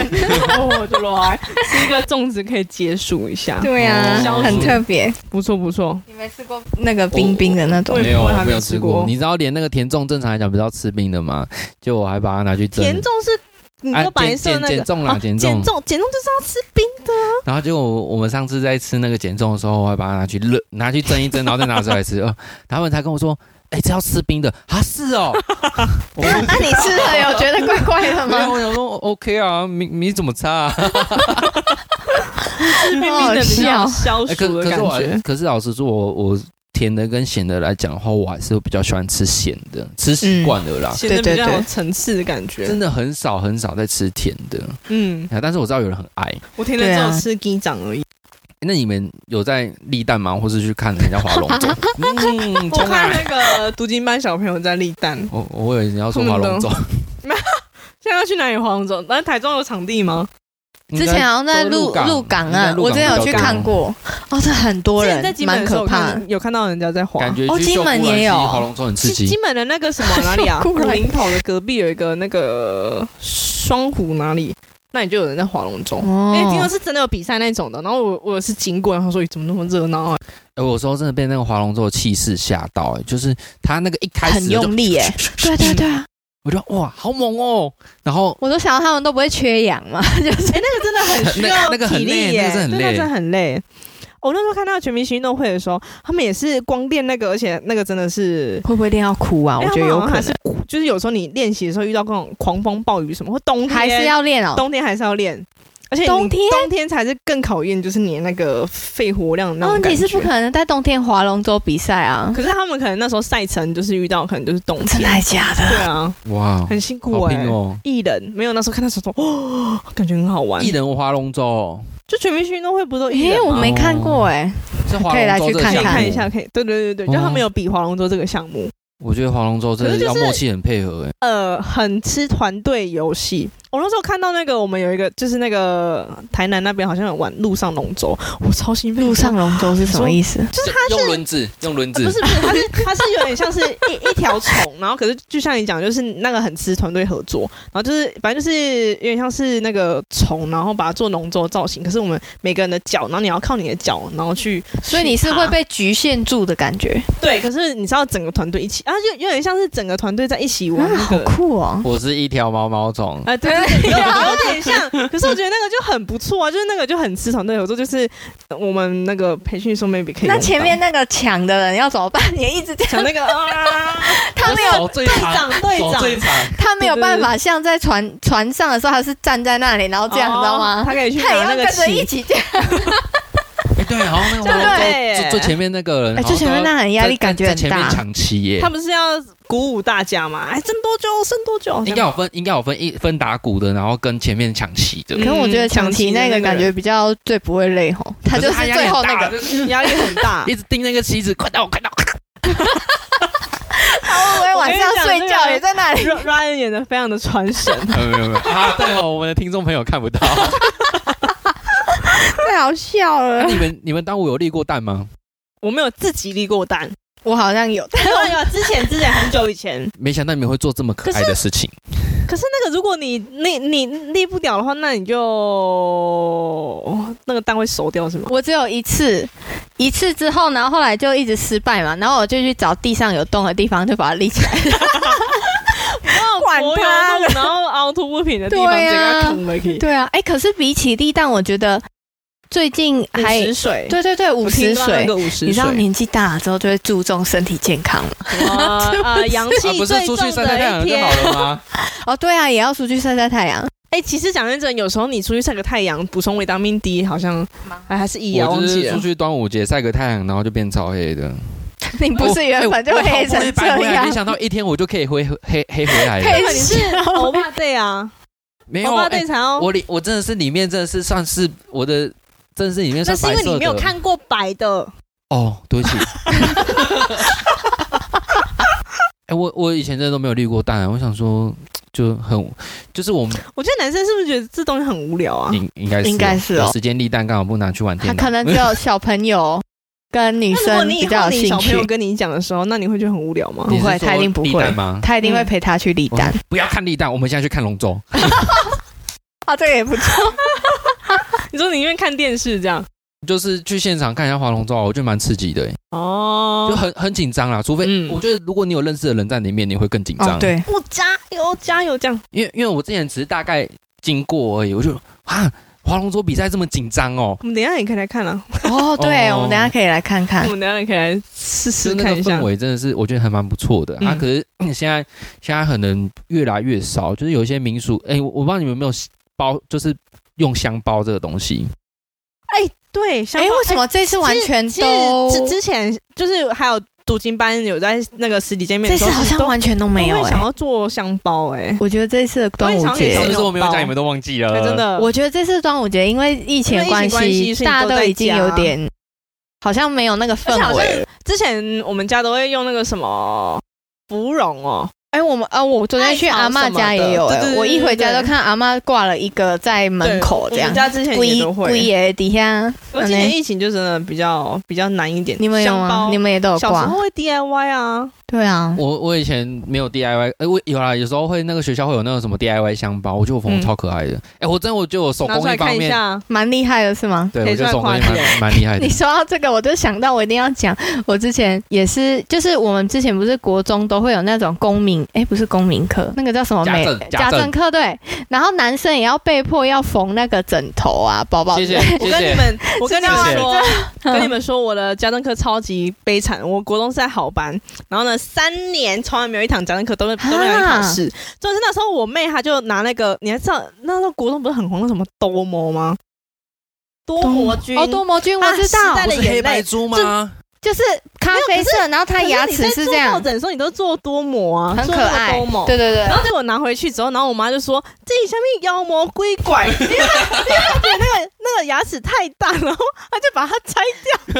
Speaker 3: 哦，对了，吃一个粽子可以解暑一 下，
Speaker 1: 对
Speaker 2: 啊
Speaker 1: 啊，
Speaker 2: 哦
Speaker 1: 很特别。
Speaker 3: 不错不错。
Speaker 1: 你没吃过那个冰冰的那种
Speaker 3: 我？
Speaker 2: 没有
Speaker 3: 我还没
Speaker 2: 没有
Speaker 3: 吃
Speaker 2: 吃
Speaker 3: 过
Speaker 2: 过。你知道连那个甜粽正常来讲不是要吃冰的吗？就我还把它拿去蒸，
Speaker 3: 甜粽是你
Speaker 2: 啊
Speaker 3: 说白色
Speaker 2: 减
Speaker 3: 那
Speaker 2: 减
Speaker 3: 个
Speaker 2: 减重啦
Speaker 3: 哦
Speaker 2: 减
Speaker 3: 减
Speaker 2: 重
Speaker 3: 重减重就是要吃冰的，
Speaker 2: 然后结果我我们上次在吃那个减重的时候，我还把它拿去热，拿去蒸一蒸，然后再拿出 来吃。哦，他们才跟我说，哎、这要吃冰的啊？是 哦。我
Speaker 3: 哦
Speaker 1: 那你吃了有觉得怪怪的
Speaker 2: 没有，
Speaker 1: 吗？
Speaker 2: 我想说 OK 啊，你你怎么差、啊？
Speaker 3: 吃冰
Speaker 1: 好
Speaker 3: 冰 的比较
Speaker 1: 笑
Speaker 3: 消
Speaker 2: 哎可
Speaker 3: 暑的
Speaker 2: 可
Speaker 3: 感
Speaker 2: 是我还
Speaker 3: 觉。
Speaker 2: 可是老实说，我我甜的跟咸的来讲的话，我还是比较喜欢吃咸的，吃习惯了啦。
Speaker 3: 显得比
Speaker 1: 对对
Speaker 3: 较
Speaker 1: 对
Speaker 3: 有层次的感觉
Speaker 2: 真，的很少很少在吃甜的，
Speaker 3: 嗯，
Speaker 2: 啊但是我知道有人很爱。
Speaker 3: 我天天
Speaker 1: 对
Speaker 3: 只
Speaker 1: 啊
Speaker 3: 有吃鸡掌而已。
Speaker 2: 那你们有在立蛋吗？或是去看人家划龙 舟？嗯，
Speaker 3: 我
Speaker 2: 冲
Speaker 3: 看
Speaker 2: 啊！
Speaker 3: 那个读经班小朋友在立蛋，
Speaker 2: 我我以为你要说划龙舟，
Speaker 3: 现在要去哪里黄总？那台中有场地吗？
Speaker 1: 之前好像在
Speaker 2: 鹿
Speaker 1: 鹿鹿港啊，我之前有去看，过，哦，这很多
Speaker 3: 之前
Speaker 1: 人
Speaker 3: 在，金门
Speaker 1: 蛮
Speaker 3: 的时候
Speaker 1: 可
Speaker 3: 有
Speaker 1: 怕
Speaker 3: 看，有看到人家在滑。
Speaker 2: 感觉
Speaker 1: 哦
Speaker 2: 去
Speaker 1: 金
Speaker 2: 秀
Speaker 1: 门
Speaker 2: 姑峦
Speaker 1: 也
Speaker 2: 溪
Speaker 1: 有
Speaker 2: 划龙舟很刺
Speaker 3: 金
Speaker 2: 激
Speaker 3: 金。门的那个什 么哪里啊？
Speaker 1: 酷
Speaker 3: 古
Speaker 1: 欸
Speaker 3: 林口的隔壁有一个那个双湖哪里？那里就有人在划龙舟。
Speaker 1: 哦
Speaker 3: 哎，听说是真的有比赛那种的，然后我我是经过，然后说咦怎么那么热闹啊？
Speaker 2: 哎，我有时候真的被那个划龙舟的气势吓到，哎，就是他那个一开始
Speaker 1: 很用力哎，对对对啊，
Speaker 2: 我就哇好猛哦，然后
Speaker 1: 我都想到他们都不会缺氧嘛，就是，
Speaker 3: 哎，那个真的很需
Speaker 2: 那
Speaker 3: 要
Speaker 2: 那个很
Speaker 3: 体
Speaker 2: 累
Speaker 3: 力耶，
Speaker 2: 那个真的很
Speaker 3: 对
Speaker 2: 累
Speaker 3: 真的很累。我那时候看到全明星运动会的时候，他们也是光练那个，而且那个真的是
Speaker 1: 会不会练到哭啊？我觉得有
Speaker 3: 哎
Speaker 1: 可
Speaker 3: 他们好像还
Speaker 1: 能
Speaker 3: 是，就是有时候你练习的时候遇到各种狂风暴雨什么，或冬天
Speaker 1: 还是要练哦。
Speaker 3: 冬天还是要练，而且你
Speaker 1: 冬天
Speaker 3: 冬天才是更考验，就是你的那个肺活量的那
Speaker 1: 那
Speaker 3: 种
Speaker 1: 问
Speaker 3: 感
Speaker 1: 题
Speaker 3: 觉。
Speaker 1: 哦是不可能在冬天划龙舟比赛啊，
Speaker 3: 可是他们可能那时候赛程就是遇到，可能就是冬
Speaker 1: 真的
Speaker 3: 天，
Speaker 1: 还假的？
Speaker 3: 对啊，
Speaker 2: 哇，
Speaker 3: 很辛苦
Speaker 2: 好
Speaker 3: 哎、
Speaker 2: 拼哦！
Speaker 3: 艺人没有那时候看到时候说，哦，感觉很好玩
Speaker 2: 一。人划龙舟哦
Speaker 3: 就全民运运动会不都艺
Speaker 1: 诶、
Speaker 3: 人
Speaker 1: 我
Speaker 3: 吗？
Speaker 1: 没看过哎、
Speaker 2: 是划
Speaker 1: 可
Speaker 2: 龙
Speaker 1: 以来
Speaker 2: 舟
Speaker 1: 去
Speaker 2: 这个
Speaker 1: 看
Speaker 3: 可以
Speaker 2: 项目
Speaker 3: 看一下，。可以，对对对对，
Speaker 2: 哦
Speaker 3: 就他们有比划龙舟这个项目，
Speaker 2: 我觉得划龙舟真的
Speaker 3: 可是就
Speaker 2: 要
Speaker 3: 是
Speaker 2: 默契很配合哎，
Speaker 3: 呃，很吃团队游戏。我那时候看到那个，我们有一个就是那个台南那边好像有玩陆上龙舟，我超兴奋。
Speaker 1: 陆上龙舟是啊什么意思？
Speaker 3: 就是它
Speaker 2: 用
Speaker 3: 是
Speaker 2: 轮子，用轮
Speaker 3: 不
Speaker 2: 子，
Speaker 3: 是不是，它是它是有点像是一一 条虫，然后可是就像你讲，就是那个很吃团队合作，然后就是反正就是有点像是那个虫，然后把它做龙舟造型，可是我们每个人的脚，然后你要靠你的脚，然后去，
Speaker 1: 所以你是
Speaker 3: 去爬
Speaker 1: 会被局限住的感觉，
Speaker 3: 对，可是你知道整个团队一起，啊，就有点像是整个团队在一起玩那
Speaker 1: 好
Speaker 3: 个。
Speaker 1: 酷哦！
Speaker 2: 我是一条毛毛虫。
Speaker 3: 啊，对对 对，有有点像，可是我觉得那个就很不错啊，就是那个就很吃团队合作，就是呃我们那个培训说 maybe 可以用到。
Speaker 1: 那前面那个抢的人要怎么办？ 你一直这样，
Speaker 3: 讲那个啊，
Speaker 1: 他没有，
Speaker 2: 手最长，
Speaker 3: 长队
Speaker 2: 手
Speaker 3: 长
Speaker 2: 最长，
Speaker 1: 他没有办法像在船船上的时候，他是站在那里，然后这样，你知道
Speaker 3: 哦
Speaker 1: 吗？
Speaker 3: 他可以去
Speaker 1: 他也
Speaker 3: 拿
Speaker 1: 要
Speaker 3: 那
Speaker 1: 跟
Speaker 3: 个
Speaker 1: 着一
Speaker 3: 旗，
Speaker 1: 起这样。
Speaker 2: 哎，对，好像那
Speaker 3: 对
Speaker 2: 个毛毛
Speaker 3: 对
Speaker 2: 虫最最前面那个人，
Speaker 1: 哎，
Speaker 2: 好像
Speaker 1: 就前
Speaker 2: 都
Speaker 1: 面那人压力感觉
Speaker 2: 在
Speaker 1: 很
Speaker 2: 前面
Speaker 1: 大。
Speaker 2: 抢旗耶
Speaker 3: 他。不是要鼓舞大家嘛？哎，争多久？剩多久？
Speaker 2: 应该有分，应该有分一分打鼓的，然后跟前面抢旗的
Speaker 1: 可。是我觉得嗯抢旗那个感觉比较最不会累吼，他就
Speaker 2: 可是
Speaker 1: 是
Speaker 2: 压力
Speaker 1: 最
Speaker 2: 很
Speaker 1: 后那
Speaker 2: 大
Speaker 1: 个。
Speaker 2: 就是
Speaker 3: 压力很 大
Speaker 2: 一。直盯那个旗子，快到，快到！
Speaker 1: 哦我也晚上睡觉也在那里。
Speaker 3: Ry- Ryan 演的非常的传神，
Speaker 2: 没有没有 没有啊！对哦，我们的听众朋友看不到。
Speaker 1: 太好笑了
Speaker 2: 那。 你们你们当我有立过蛋吗？
Speaker 3: 我没有自己立过 蛋，
Speaker 1: 我好像有，但
Speaker 3: 没有有之前之前很久以前。
Speaker 2: 没想到你们会做这么可爱的事情。
Speaker 3: 可是那个如果你你你立不了的话，那你就那个蛋会熟掉是吗？
Speaker 1: 我只有一次，一次之后，然后后来就一直失败嘛，然后我就去找地上有洞的地方，就把它立起来。管
Speaker 3: 我有
Speaker 1: 他
Speaker 3: 那种然后凹凸不平的地方，
Speaker 1: 对
Speaker 3: 这
Speaker 1: 啊
Speaker 3: 个坑了可以。
Speaker 1: 对啊，哎、可是比起立蛋，我觉得最近还
Speaker 3: 五十水，
Speaker 1: 对对对，五
Speaker 3: 我听
Speaker 1: 十
Speaker 3: 到那
Speaker 1: 水。
Speaker 3: 个啊五十水，
Speaker 1: 你知道年纪大了之后就会注重身体健康 了
Speaker 3: 啊啊，阳
Speaker 2: 啊，
Speaker 3: 气
Speaker 2: 不是
Speaker 3: 最
Speaker 2: 出
Speaker 3: 重
Speaker 2: 去晒晒太
Speaker 3: 的
Speaker 2: 阳
Speaker 3: 一
Speaker 2: 就
Speaker 3: 天
Speaker 2: 好。了吗？
Speaker 1: 哦，对啊，也要出去晒晒太阳。
Speaker 3: 哎、其实讲认真，有时候你出去晒个太阳，补充维他命 D 好像
Speaker 1: 忙
Speaker 3: 哎还是 E 啊，
Speaker 2: 我
Speaker 3: 忘
Speaker 2: 就
Speaker 3: 记
Speaker 2: 是出
Speaker 3: 了。
Speaker 2: 去端午节晒个太阳，然后就变超黑的。
Speaker 1: 你不是原本就
Speaker 2: 我
Speaker 1: 黑
Speaker 2: 我好不
Speaker 1: 成
Speaker 2: 容易
Speaker 1: 这
Speaker 2: 白回来
Speaker 1: 样
Speaker 2: 没，想到一天我就可以回黑黑回来
Speaker 1: 配
Speaker 2: 了。
Speaker 1: 配
Speaker 3: 你是欧巴 day 啊，
Speaker 2: 哎哦没有
Speaker 3: 欧，巴
Speaker 2: 哎
Speaker 3: day 才要。
Speaker 2: 我里我真的是里面真的是算是我的，真的是里面
Speaker 3: 那
Speaker 2: 算
Speaker 3: 是
Speaker 2: 白
Speaker 3: 因为
Speaker 2: 色
Speaker 3: 你
Speaker 2: 的。
Speaker 3: 没有看过白的，
Speaker 2: 哦，对不起。 哎、我我以前真的都没有绿过蛋，啊我想说就很就是我们
Speaker 3: 我觉得男生是不是觉得这东西很无聊啊？
Speaker 2: 应应该
Speaker 1: 应该是哦
Speaker 2: 有时间立蛋刚好不拿去玩
Speaker 1: 他
Speaker 2: 电脑，
Speaker 1: 可能 只有小朋友跟女
Speaker 3: 那如果
Speaker 1: 生
Speaker 3: 你以
Speaker 1: 比
Speaker 3: 后
Speaker 1: 较有
Speaker 3: 你
Speaker 1: 兴
Speaker 3: 小朋友
Speaker 1: 趣，
Speaker 3: 跟你讲的时候，那你会觉得很无聊吗？
Speaker 2: 你
Speaker 1: 不会
Speaker 2: 是说
Speaker 1: 他一定不会
Speaker 2: 立蛋吗？
Speaker 1: 他一定会陪他去立
Speaker 2: 我
Speaker 1: 蛋。
Speaker 2: 不要看立蛋，我们现在去看龙舟。
Speaker 1: 啊，这个也不错。
Speaker 3: 你说宁愿看电视这样
Speaker 2: 就是去现场看一下划龙舟啊，我觉得蛮刺激的、欸，就
Speaker 3: 哦。
Speaker 2: 很很紧张啦。除非、
Speaker 3: 嗯
Speaker 2: 我觉得如果你有认识的人在里面，你会更紧张、
Speaker 1: 哦，，对，
Speaker 3: 我加油加油这样，
Speaker 2: 因为因为我之前只是大概经过而已，我就啊，划龙舟比赛这么紧张哦，
Speaker 3: 我们等一下也可以来看啊，
Speaker 1: 哦，对，
Speaker 2: 哦
Speaker 1: 我们等一下可以来看看
Speaker 3: 我。们等一下也可以来试试
Speaker 2: 啊就是那
Speaker 3: 看
Speaker 2: 个
Speaker 3: 一下
Speaker 2: 氛。围真的是我觉得还蛮不错的。啊，
Speaker 3: 嗯
Speaker 2: 可是现在现在可能越来越少，就是有一些民俗，哎、我我不知道你们有没有包，就是用香包这个东西。
Speaker 3: 对，相
Speaker 1: 哎，
Speaker 3: 反
Speaker 1: 为什么这次完全
Speaker 3: 其实
Speaker 1: 都？
Speaker 3: 之之前就是还有读经班有在那个实体见面
Speaker 1: 这
Speaker 3: 的时
Speaker 1: 次
Speaker 3: 候，
Speaker 1: 好像完全都没有
Speaker 3: 都会
Speaker 1: 哎、
Speaker 3: 想要做香包哎、
Speaker 1: 我觉得这次的端午
Speaker 3: 对我
Speaker 1: 节
Speaker 3: 也想
Speaker 2: 上
Speaker 3: 起，
Speaker 2: 次
Speaker 3: 是
Speaker 2: 我没有
Speaker 3: 包
Speaker 2: 讲，你们都忘记了。
Speaker 3: 哎真，的，
Speaker 1: 我觉得这次端午节因为疫情的关
Speaker 3: 因为疫
Speaker 1: 系
Speaker 3: 情关系，所以
Speaker 1: 大家
Speaker 3: 你都在
Speaker 1: 已经
Speaker 3: 家
Speaker 1: 有点好像没有那个氛
Speaker 3: 而且好像
Speaker 1: 围了。
Speaker 3: 之前我们家都会用那个什么芙蓉哦，
Speaker 1: 哎、我们啊，我昨天去
Speaker 3: 艾草
Speaker 1: 阿嬷家也有
Speaker 3: 什么
Speaker 1: 哎、
Speaker 3: 的对对对
Speaker 1: 我一回家
Speaker 3: 对
Speaker 1: 就看阿嬷挂了一个在门
Speaker 3: 对
Speaker 1: 口这
Speaker 3: 我
Speaker 1: 样
Speaker 3: 们，家之前也都
Speaker 1: 龟
Speaker 3: 会，
Speaker 1: 爷底下，
Speaker 3: 而今年疫情就真的比较比较难一点。
Speaker 1: 你们有
Speaker 3: 香
Speaker 1: 吗？
Speaker 3: 包
Speaker 1: 你们也都有
Speaker 3: 小时
Speaker 1: 挂？
Speaker 3: 候会 DIY 啊，
Speaker 1: 对啊，
Speaker 2: 我我以前没有 DIY，哎、我有啦，有时候会那个学校会有那个什么 DIY 香包，我觉得我朋友
Speaker 3: 嗯
Speaker 2: 超可爱的。哎、我真的我觉得我手
Speaker 3: 拿
Speaker 2: 工
Speaker 3: 出来
Speaker 2: 一方
Speaker 3: 看一
Speaker 2: 面，
Speaker 3: 下。
Speaker 1: 蛮厉害的是吗？
Speaker 2: 对
Speaker 3: 可以
Speaker 2: 我觉得手工也
Speaker 3: 算跨
Speaker 2: 蛮蛮厉害的
Speaker 1: 你。说到这个，我就想到我一定要讲，我之前也是，就是我们之前不是国中都会有那种公民，哎，不是公民课，那个叫什么
Speaker 2: 家
Speaker 1: 美
Speaker 2: 政家政
Speaker 1: 课对，然后男生也要被迫要缝那个枕头啊，包包
Speaker 2: 谢谢
Speaker 3: 我
Speaker 2: 谢
Speaker 3: 跟你
Speaker 2: 谢。
Speaker 3: 们，我跟你们
Speaker 2: 谢谢
Speaker 3: 说，跟你们说，我的家政课超级悲惨。我国中是在好班，然后呢，三年从来没有一堂家政课，都没都没有一考
Speaker 1: 啊
Speaker 3: 试。重点是那时候我妹她就拿那个，你还知道那时候国中不是很红的什么多摩吗？多摩君
Speaker 1: 哦，多摩君我
Speaker 3: 啊
Speaker 1: 知道，
Speaker 3: 时代
Speaker 2: 不
Speaker 3: 的
Speaker 2: 是黑白猪吗？
Speaker 1: 就是咖啡色，然后它牙齿是这样
Speaker 3: 抱，枕的时候你都做多摩啊，
Speaker 1: 很
Speaker 3: 做
Speaker 1: 可
Speaker 3: 那个
Speaker 1: 爱
Speaker 3: 多摩。，
Speaker 1: 对对对
Speaker 3: 然，后结果拿回去之后，然后我妈就说：“这下面妖魔鬼怪，因为因为她觉得那个那个牙齿太大，然后她就把它拆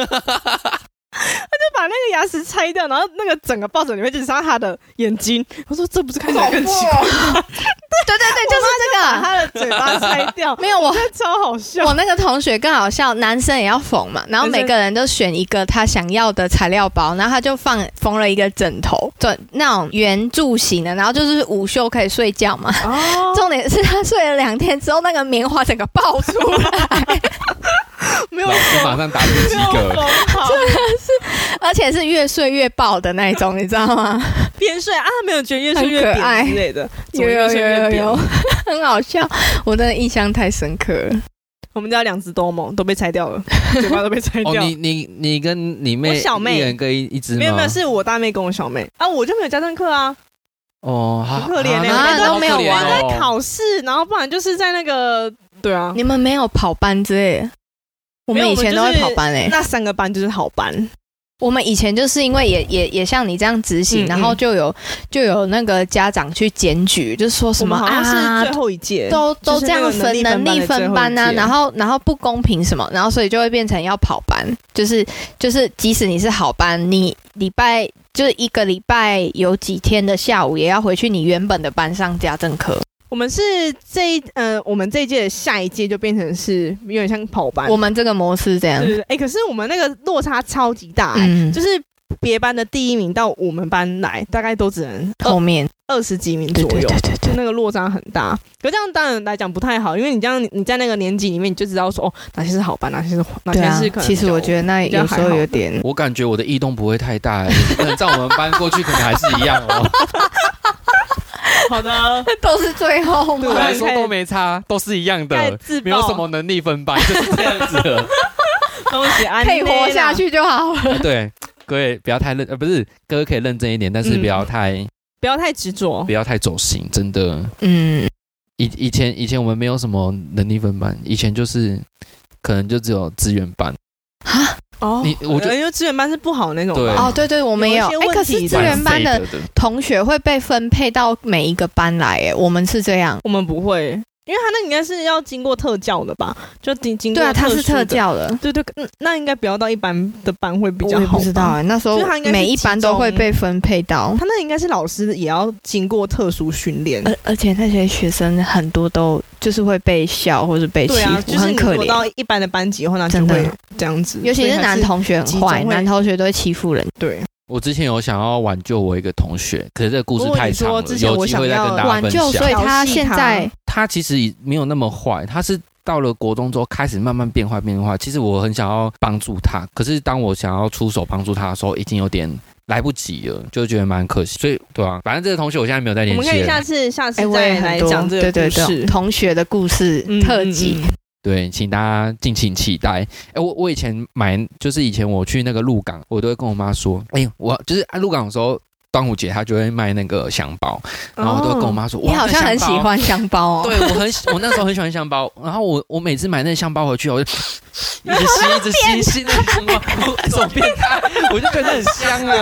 Speaker 3: 掉，她就把那个牙齿拆掉，然后那个整个抱枕里面只剩下她的眼睛。”我说：“这不是看起来更奇怪？
Speaker 1: 对对对，就是这
Speaker 3: 把
Speaker 1: 个。，
Speaker 3: 他的嘴巴拆掉
Speaker 1: 没有我
Speaker 3: 我觉得超好笑。
Speaker 1: 我那个同学更好笑，男生也要缝嘛，然后每个人都选一个他想要的材料包，然后他就放缝了一个枕头，枕那种圆柱形的，然后就是午休可以睡觉嘛。
Speaker 3: 哦，
Speaker 1: 重点是他睡了两天之后，那个棉花整个爆出来，
Speaker 3: 没有
Speaker 2: 老师马上打出及
Speaker 3: 没有
Speaker 2: 格，
Speaker 3: 缝好，
Speaker 1: 而且是越睡越爆的那一种，你知道 吗？
Speaker 3: 边睡啊，没有觉得越睡越
Speaker 1: 很可爱
Speaker 3: 扁之类的，
Speaker 1: 有
Speaker 3: 怎么越
Speaker 1: 有
Speaker 3: 睡越
Speaker 1: 有有
Speaker 3: 扁
Speaker 1: 有， 很好笑，我真的印象太深刻了。
Speaker 3: 我们家两只兜萌都被拆掉了，嘴巴都被拆
Speaker 2: 哦，
Speaker 3: 掉。
Speaker 2: 你你你跟你妹，
Speaker 3: 我小妹
Speaker 2: 一人各一一只吗？
Speaker 3: 没有没有，是我大妹跟我小妹啊，我就没有家政课啊，
Speaker 2: 哦，好
Speaker 3: 很可怜欸
Speaker 2: 好
Speaker 3: 啊
Speaker 2: 那
Speaker 1: 都没有
Speaker 2: 好可怜
Speaker 1: 玩
Speaker 2: 哦
Speaker 3: 在考试，然后不然就是在那个对啊，
Speaker 1: 你们没有跑班之类的？我
Speaker 3: 没
Speaker 1: 们
Speaker 3: 有
Speaker 1: 以前都
Speaker 3: 我
Speaker 1: 会
Speaker 3: 们就是
Speaker 1: 跑班欸诶、
Speaker 3: 那三个班就是好班，
Speaker 1: 我们以前就是因为也也也像你这样执
Speaker 3: 嗯
Speaker 1: 行，然后就有就有那个家长去检举，就说什
Speaker 3: 我
Speaker 1: 么
Speaker 3: 们好像
Speaker 1: 啊
Speaker 3: 是最，后一届，
Speaker 1: 都
Speaker 3: 就
Speaker 1: 都
Speaker 3: 是
Speaker 1: 这
Speaker 3: 那个
Speaker 1: 样分
Speaker 3: 能力
Speaker 1: 力
Speaker 3: 分班的
Speaker 1: 分班
Speaker 3: 最后
Speaker 1: 啊，
Speaker 3: 一届
Speaker 1: 然后然后不公平什么，然后所以就会变成要跑班，就是就是即使你是好班，你礼拜就是一个礼拜有几天的下午也要回去你原本的班上家政课，
Speaker 3: 我们是这一呃，我们这一届的下一届就变成是有点像跑班，
Speaker 1: 我们这个模式这样
Speaker 3: 嗯对，对对，哎、可是我们那个落差超级大、欸
Speaker 1: 嗯，
Speaker 3: 就是别班的第一名到我们班来，大概都只能
Speaker 1: 后面
Speaker 3: 二十几名左
Speaker 1: 对
Speaker 3: 右。
Speaker 1: 哦对对对
Speaker 3: 就
Speaker 1: 对，
Speaker 3: 那个落差很大，可这样当然来讲不太好，因为你这样你在那个年纪里面，你就知道说哦，哪些是好班，哪些是哪
Speaker 1: 对
Speaker 3: 些
Speaker 1: 啊
Speaker 3: 是可能比较。
Speaker 1: 其实我觉得那
Speaker 3: 比较
Speaker 1: 有时
Speaker 3: 还
Speaker 1: 候
Speaker 3: 好
Speaker 1: 有 点。
Speaker 2: 我感觉我的异动不会太大、欸，可能在我们班过去可能还是一样 哦。
Speaker 3: 好的，
Speaker 1: 都是最后
Speaker 2: 对我
Speaker 1: 吗？
Speaker 2: 来说都没差，都是一样
Speaker 3: 太
Speaker 2: 的，
Speaker 3: 自爆
Speaker 2: 没有什么能力分班，就是这样子的。
Speaker 3: 东西，安
Speaker 1: 可以活
Speaker 3: 内
Speaker 1: 下
Speaker 3: 啦，
Speaker 1: 去就好了。
Speaker 2: 哎 对，各位不要太认，呃，不是，各位可以认真一点，但是不要太、
Speaker 3: 不要太执着
Speaker 2: 不。要太走心，真的。
Speaker 1: 嗯，
Speaker 2: 以以前以前我们没有什么能力分班，以前就是可能就只有资源班，
Speaker 3: 哦
Speaker 2: 你我觉得
Speaker 3: 因为资源班是不好的那种
Speaker 2: 对
Speaker 3: 班，
Speaker 1: 哦，对对，我们也有。
Speaker 3: 有一些
Speaker 1: 哎，
Speaker 3: 问
Speaker 1: 可
Speaker 3: 题
Speaker 1: 是资
Speaker 3: 在
Speaker 1: 源班
Speaker 2: 蛮
Speaker 1: 的
Speaker 2: 费德的
Speaker 1: 同学会被分配到每一个班来，哎，我们是这样。
Speaker 3: 我们不会，因为他那应该是要经过特教的吧？就经经过
Speaker 1: 对啊，他
Speaker 3: 殊
Speaker 1: 是
Speaker 3: 的
Speaker 1: 特，教的。
Speaker 3: 对对，嗯那应该不要到一般的班会比较
Speaker 1: 我
Speaker 3: 好。
Speaker 1: 也不知道，哎，那时候
Speaker 3: 就是他应该是
Speaker 1: 每一班都会被分配到，
Speaker 3: 他那应该是老师也要经过特殊训练。
Speaker 1: 而而且那些学生很多都就是会被笑或者被欺
Speaker 3: 对啊，
Speaker 1: 负，
Speaker 3: 就是
Speaker 1: 很
Speaker 3: 你
Speaker 1: 可
Speaker 3: 躲
Speaker 1: 怜。
Speaker 3: 到一般的班级后，那就
Speaker 1: 真的
Speaker 3: 会这样子，
Speaker 1: 尤其
Speaker 3: 所
Speaker 1: 是
Speaker 3: 以还
Speaker 1: 男同学很
Speaker 3: 集
Speaker 1: 坏，
Speaker 3: 中会
Speaker 1: 男同学都会欺负人。
Speaker 3: 对，
Speaker 2: 我之前有想要挽救我一个同学，可是这个故事太长了，
Speaker 3: 如果你说之前
Speaker 2: 有机会再跟大家
Speaker 1: 挽
Speaker 2: 分
Speaker 1: 救，所
Speaker 2: 享。
Speaker 1: 以他现在
Speaker 2: 他其实也没有那么坏，他是到了国中之后开始慢慢变坏，变坏。其实我很想要帮助他，可是当我想要出手帮助他的时候，已经有点来不及了，就觉得蛮可惜。所以对啊，反正这个同学我现在没有在
Speaker 3: 我
Speaker 2: 联
Speaker 3: 们可以
Speaker 2: 系
Speaker 3: 下
Speaker 2: 了。
Speaker 3: 次下
Speaker 1: 哎，
Speaker 3: 次
Speaker 1: 我也
Speaker 3: 再来
Speaker 1: 很多
Speaker 3: 讲这
Speaker 1: 对
Speaker 3: 个
Speaker 1: 对
Speaker 3: 故
Speaker 1: 对
Speaker 3: 事。
Speaker 1: 同学的故事
Speaker 3: 嗯
Speaker 1: 特辑。
Speaker 3: 嗯嗯
Speaker 2: 对，请大家敬请期待。哎，我我以前买，就是以前我去那个鹿港，我都会跟我妈说，哎，我就是啊鹿港的时候，端午节她就会卖那个香包，然后我都会跟我妈说，
Speaker 1: 哦你
Speaker 2: 哇
Speaker 1: 好像很喜。
Speaker 2: 那香包
Speaker 1: 欢香包哦。
Speaker 2: 对我很喜，我那时候很喜欢香包，然后我我每次买那个香包回去，我就 一直吸一直吸吸那个香包，我手变态， 我就觉得很香啊。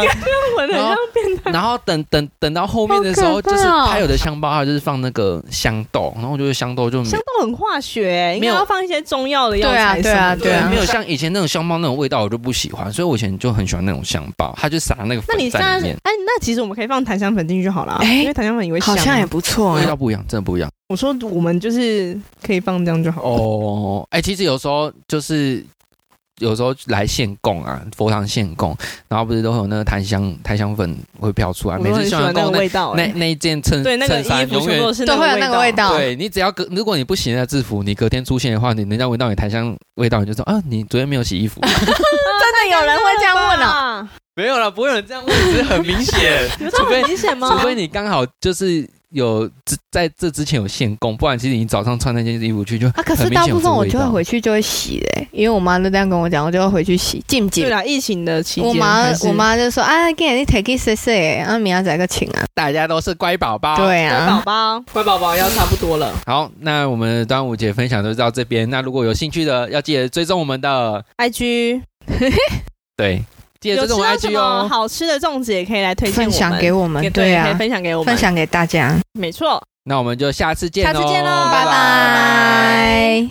Speaker 3: 我很像变态，
Speaker 2: 然后等等等到后面的时
Speaker 1: 好
Speaker 2: 候，
Speaker 1: 可怕
Speaker 2: 就
Speaker 1: 哦
Speaker 2: 是它有的香包它就是放那个香豆，然后我觉得香豆就没
Speaker 3: 香豆很化学，应
Speaker 2: 没
Speaker 3: 该
Speaker 2: 有
Speaker 3: 要放一些中药的药
Speaker 1: 对啊
Speaker 3: 材
Speaker 1: 对啊
Speaker 3: 什么的
Speaker 1: 对啊
Speaker 2: 没有像以前那种香包那种味道，我就不喜欢，所以我以前就很喜欢那种香包，它就撒那个
Speaker 3: 那你现
Speaker 2: 粉在
Speaker 3: 在
Speaker 2: 里面，
Speaker 3: 哎，那其实我们可以放檀香粉进去就好了，
Speaker 1: 哎
Speaker 3: 因为檀香粉也会香
Speaker 1: 好
Speaker 3: 啊。
Speaker 1: 像也不错
Speaker 2: 味
Speaker 1: 哎、
Speaker 2: 道不一样，真的不一样。
Speaker 3: 我说我们就是可以放这样就好。
Speaker 2: 哦，哎、其实有时候就是有时候来献供啊，佛堂献供，然后不是都会有那个檀香檀香粉会飘出来，
Speaker 3: 我
Speaker 2: 每
Speaker 3: 都
Speaker 2: 次
Speaker 3: 很喜
Speaker 2: 献
Speaker 3: 欢
Speaker 2: 完
Speaker 3: 那个
Speaker 2: 供那
Speaker 3: 味道，
Speaker 2: 那
Speaker 3: 哎
Speaker 2: 那一件衬
Speaker 3: 对那个
Speaker 2: 衬
Speaker 3: 衣
Speaker 2: 衫
Speaker 3: 服
Speaker 2: 永
Speaker 3: 全部
Speaker 2: 远
Speaker 3: 都。是
Speaker 1: 都会有那
Speaker 3: 那
Speaker 1: 个味。道。
Speaker 2: 对你只要隔，如果你不洗那个制服，你隔天出现的话，你人家闻到你檀香味道，你就说啊，你昨天没有洗 衣服。
Speaker 1: 真的有人会这样问哦、
Speaker 3: 啊？
Speaker 2: 没有啦，不会有人这样问，只是很 明显，
Speaker 3: 有这
Speaker 2: 除
Speaker 3: 么
Speaker 2: 非
Speaker 3: 明显吗？
Speaker 2: 除非你刚好就是有之在这之前有献供，不然其实你早上穿那件衣服去就
Speaker 1: 啊，
Speaker 2: 很
Speaker 1: 可是
Speaker 2: 明
Speaker 1: 大
Speaker 2: 显有
Speaker 1: 部
Speaker 2: 这
Speaker 1: 分我
Speaker 2: 味
Speaker 1: 就会
Speaker 2: 道
Speaker 1: 回去就会洗嘞、因为我妈都这样跟我讲，我就会回去洗，进不
Speaker 3: 对啊
Speaker 1: 进？
Speaker 3: 啦，疫情的期间，
Speaker 1: 我妈
Speaker 3: 还是
Speaker 1: 我妈就说啊，给你 take it 洗洗，啊，明仔载个请啊。
Speaker 2: 大家都是乖宝宝。
Speaker 1: 对
Speaker 3: 乖宝
Speaker 1: 啊，
Speaker 3: 宝，乖宝宝要差不多了。
Speaker 2: 好，那我们的端午节分享就到这边。那如果有兴趣的，要记得追踪我们的，
Speaker 3: IG
Speaker 2: 对，记得
Speaker 3: 有
Speaker 2: 追
Speaker 3: 吃
Speaker 2: 踪我
Speaker 3: 到
Speaker 2: 们
Speaker 3: 什
Speaker 2: IG
Speaker 3: 么
Speaker 2: 哦。
Speaker 3: 好吃的粽子也可以来推荐
Speaker 1: 分
Speaker 3: 我们，
Speaker 1: 享给我们，
Speaker 3: 对
Speaker 1: 对
Speaker 3: 可以
Speaker 1: 啊，
Speaker 3: 分享给我们，
Speaker 1: 分享给大家，
Speaker 3: 没错。哦
Speaker 2: 那我们就下次见哦
Speaker 3: 下次见
Speaker 2: 喽
Speaker 3: 喽，
Speaker 1: 拜
Speaker 3: 拜
Speaker 1: 拜。